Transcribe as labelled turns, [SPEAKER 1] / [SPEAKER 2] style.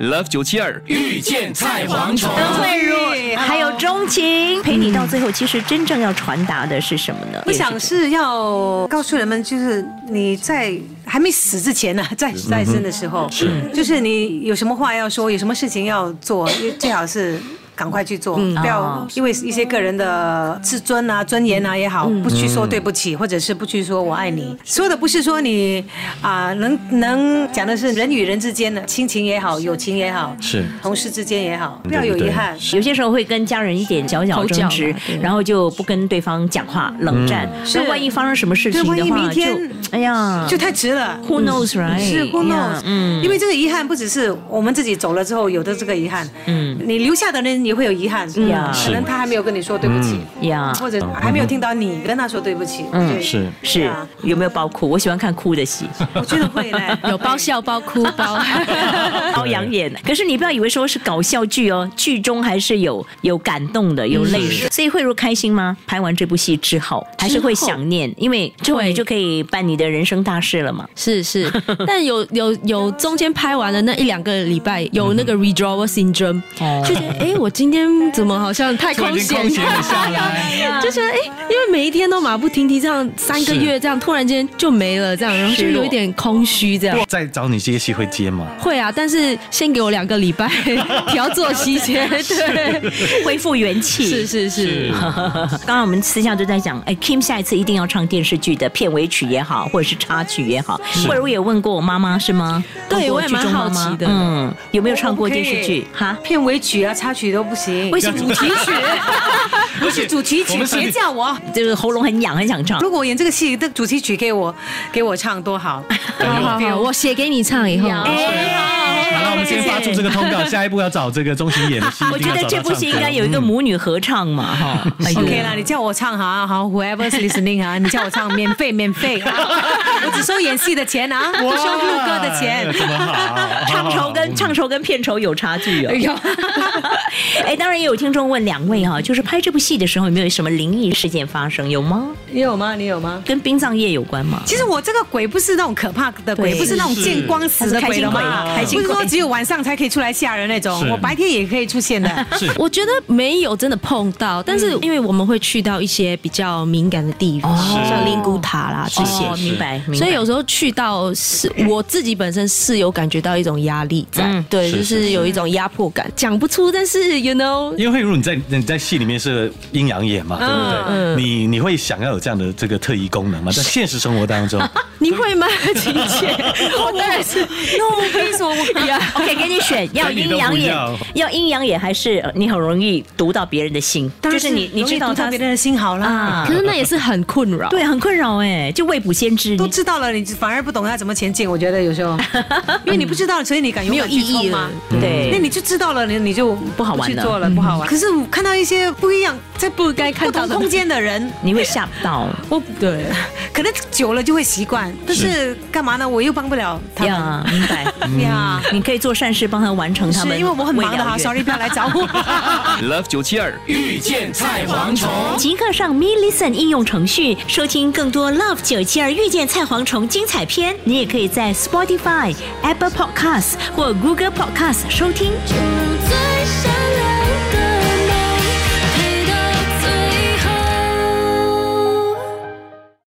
[SPEAKER 1] Love 九七二遇见菜蝗虫。
[SPEAKER 2] 邓
[SPEAKER 3] 哎
[SPEAKER 2] 慧茹，还
[SPEAKER 3] 哦
[SPEAKER 2] 有钟情，陪你到最后，其实真正要传达的是什么呢？
[SPEAKER 3] 我想是要告诉人们，就是你在还没死之前呢、 在在生的时候，就是你有什么话要说，有什么事情要做，最好是。赶快去做，
[SPEAKER 2] 嗯
[SPEAKER 3] 不
[SPEAKER 2] 哦
[SPEAKER 3] 要因为一些个人的自尊啊、尊严啊也好，
[SPEAKER 2] 嗯
[SPEAKER 3] 不去说对不起，或者是不去说我爱你。说的不是说你啊、能能讲的是人与人之间的亲情也好，友情也好，
[SPEAKER 1] 是
[SPEAKER 3] 同事之间也好，不要有遗憾。
[SPEAKER 2] 有些时候会跟家人一点小小争执
[SPEAKER 4] 口角对，
[SPEAKER 2] 然后就不跟对方讲话，冷战。那
[SPEAKER 3] 啊嗯是
[SPEAKER 2] 万一发生什么事情
[SPEAKER 3] 对
[SPEAKER 2] 的
[SPEAKER 3] 万一
[SPEAKER 2] 话，
[SPEAKER 3] 明天
[SPEAKER 2] 就哎呀，
[SPEAKER 3] 就太值了。
[SPEAKER 2] Who knows, right？
[SPEAKER 3] 是 who
[SPEAKER 2] Yeah，嗯
[SPEAKER 3] knows？因为这个遗憾不只是我们自己走了之后有的这个遗憾，嗯，你留下的人也会有遗憾，
[SPEAKER 2] 嗯呀
[SPEAKER 3] 可能他还没有跟你说对不起，
[SPEAKER 2] 呀，
[SPEAKER 3] 或者还没有听到你跟他说对不起，嗯，
[SPEAKER 1] 是
[SPEAKER 2] 是
[SPEAKER 3] 呀
[SPEAKER 2] 有没有包哭？我喜欢看哭的 戏，
[SPEAKER 3] 我觉得会嘞，
[SPEAKER 4] 有包笑、包哭、 包。
[SPEAKER 2] 包养眼。可是你不要以为说是搞笑剧哦，剧中还是有有感动
[SPEAKER 3] 嗯
[SPEAKER 2] 的，有泪水。所以慧茹开心吗？拍完这部戏之后，还是会想念，因为之后你
[SPEAKER 4] 会
[SPEAKER 2] 就可以办你的人生大事 了嘛。
[SPEAKER 4] 是是，但有有有中间拍完的那一两个礼拜，有
[SPEAKER 1] 嗯
[SPEAKER 4] 那个 withdrawal syndrome，、就觉得哎，诶我今天怎么好像太
[SPEAKER 1] 哦突然
[SPEAKER 4] 空
[SPEAKER 1] 间
[SPEAKER 4] 闲，
[SPEAKER 1] 空闲了下来
[SPEAKER 4] 就觉得哎，诶因为每一天都马不停蹄这样，三个
[SPEAKER 1] 是
[SPEAKER 4] 月这样突然间就没了，这样然后就
[SPEAKER 2] 失落
[SPEAKER 4] 有一点空虚这样。
[SPEAKER 1] 再找你接戏会接吗？
[SPEAKER 4] 会啊，但是先给我两个礼拜调作息 先，对，
[SPEAKER 2] 恢复元气。
[SPEAKER 4] 是是是，
[SPEAKER 2] 刚刚我们私下都在讲，哎，Kim 下一次一定要唱电视剧的片尾曲也好，或者是插曲也好。或者我也问过我妈妈是吗？
[SPEAKER 4] 对
[SPEAKER 2] 问过
[SPEAKER 4] 我也蛮
[SPEAKER 2] 剧中妈妈
[SPEAKER 4] 好奇的
[SPEAKER 2] 嗯，有没有唱过电视剧
[SPEAKER 3] 我不？可以
[SPEAKER 2] 哈，
[SPEAKER 3] 片尾曲啊、插曲都不行，为
[SPEAKER 2] 哦什么
[SPEAKER 3] 主题曲？不是主题
[SPEAKER 1] 我
[SPEAKER 3] 曲
[SPEAKER 1] 们，是
[SPEAKER 3] 别叫我。
[SPEAKER 2] 就是喉咙很痒，很想唱。
[SPEAKER 3] 如果我演这个戏的主题曲给我给我唱多好，
[SPEAKER 4] 好好好，我写给你唱以后。
[SPEAKER 1] 啊
[SPEAKER 2] 哎
[SPEAKER 1] 好了，我们先发出这个 通告，下一步要找这个钟情演的戏，
[SPEAKER 2] 我
[SPEAKER 1] 一定要
[SPEAKER 2] 觉得
[SPEAKER 1] 找
[SPEAKER 2] 这
[SPEAKER 1] 他
[SPEAKER 2] 部戏
[SPEAKER 1] 唱
[SPEAKER 2] 应
[SPEAKER 1] 歌
[SPEAKER 2] 该有一个
[SPEAKER 1] 嗯
[SPEAKER 2] 母女合唱嘛，哈。 哎呦
[SPEAKER 3] OK 啦，你叫我唱好啊，好，Whoever's listening 啊，你叫我唱，免费免费 啊，我只收演戏的钱啊，不收录歌的钱
[SPEAKER 1] 哇。怎么好？
[SPEAKER 2] 唱酬跟唱酬跟片酬有差距哦。
[SPEAKER 4] 有，
[SPEAKER 2] 哎，当然也有听众问两位哈、就是拍这部戏的时候有没有什么灵异事件发生？有吗？
[SPEAKER 3] 你有吗？你有吗？
[SPEAKER 2] 跟殡葬业有关吗？
[SPEAKER 3] 其实我这个鬼不是那种可怕的鬼，
[SPEAKER 2] 对
[SPEAKER 3] 不是那种见光死的鬼了
[SPEAKER 2] 是
[SPEAKER 3] 嘛，
[SPEAKER 2] 开心
[SPEAKER 3] 不
[SPEAKER 2] 鬼
[SPEAKER 3] 是
[SPEAKER 2] 开心
[SPEAKER 3] 说
[SPEAKER 2] 鬼
[SPEAKER 3] 只有晚上才可以出来吓人那种
[SPEAKER 1] 是，
[SPEAKER 3] 我白天也可以出现的。
[SPEAKER 4] 我觉得没有真的碰到，但是因为我们会去到一些比较敏感的地方，
[SPEAKER 2] 哦
[SPEAKER 4] 像灵骨塔啦这些
[SPEAKER 2] 哦，，明白，明白。
[SPEAKER 4] 所以有时候去到是我自己本身是有感觉到一种压力在，
[SPEAKER 2] 嗯
[SPEAKER 4] 对，
[SPEAKER 1] 是
[SPEAKER 4] 就是是有一种压迫感，讲不出，但是 you know，
[SPEAKER 1] 因为慧茹，你在你在戏里面是阴阳眼嘛，对不对？
[SPEAKER 4] 嗯
[SPEAKER 1] 你你会想要有这样的这个特异功能吗？在现实生活当中，
[SPEAKER 4] 你会吗，晴姐？我当然是，no，我跟你说，我
[SPEAKER 2] OK，给你选，要阴阳眼
[SPEAKER 1] 跟你都，
[SPEAKER 2] 要阴阳眼，还是呃你很容易读到别人的心？
[SPEAKER 3] 当
[SPEAKER 2] 就
[SPEAKER 3] 然
[SPEAKER 2] 是你，你
[SPEAKER 3] 容易
[SPEAKER 2] 知道
[SPEAKER 3] 读到
[SPEAKER 2] 他
[SPEAKER 3] 别人的心好啦。
[SPEAKER 2] 啊
[SPEAKER 4] 可，是那也是很困扰，
[SPEAKER 2] 对，很困扰哎，就未卜先知。
[SPEAKER 3] 都
[SPEAKER 2] 你
[SPEAKER 3] 知道了，你反而不懂要怎么前进。我觉得有时候，因为你不知道，所以你敢勇
[SPEAKER 4] 没有
[SPEAKER 3] 敢去
[SPEAKER 4] 意
[SPEAKER 3] 冲
[SPEAKER 4] 义
[SPEAKER 3] 吗
[SPEAKER 4] 了？
[SPEAKER 3] 那
[SPEAKER 2] 对，
[SPEAKER 3] 你就知道了，你你就
[SPEAKER 2] 不好玩
[SPEAKER 3] 嗯去
[SPEAKER 2] 了
[SPEAKER 3] 做了，不好玩。可是我看到一些不一样，在不
[SPEAKER 4] 该看
[SPEAKER 3] 不同
[SPEAKER 4] 到的
[SPEAKER 3] 空间的人，
[SPEAKER 2] 你会吓到。
[SPEAKER 3] 我对，可能久了就会习惯。但是干嘛呢？我又帮不了他们
[SPEAKER 2] 呀，明白。
[SPEAKER 3] 呀。
[SPEAKER 2] 你可以做善事，帮他完成他
[SPEAKER 3] 是
[SPEAKER 2] 们。
[SPEAKER 3] 嗯因为我很忙的哈
[SPEAKER 2] 哈
[SPEAKER 3] ，sorry，不要来找 我。
[SPEAKER 1] Love 九七二遇见菜蝗虫。
[SPEAKER 2] 即刻上 Me Listen 应用程序收听更多 Love 九七二遇见菜蝗虫精彩片。你也可以在 Spotify、Apple Podcasts 或 Google Podcasts 收听。
[SPEAKER 5] Thank you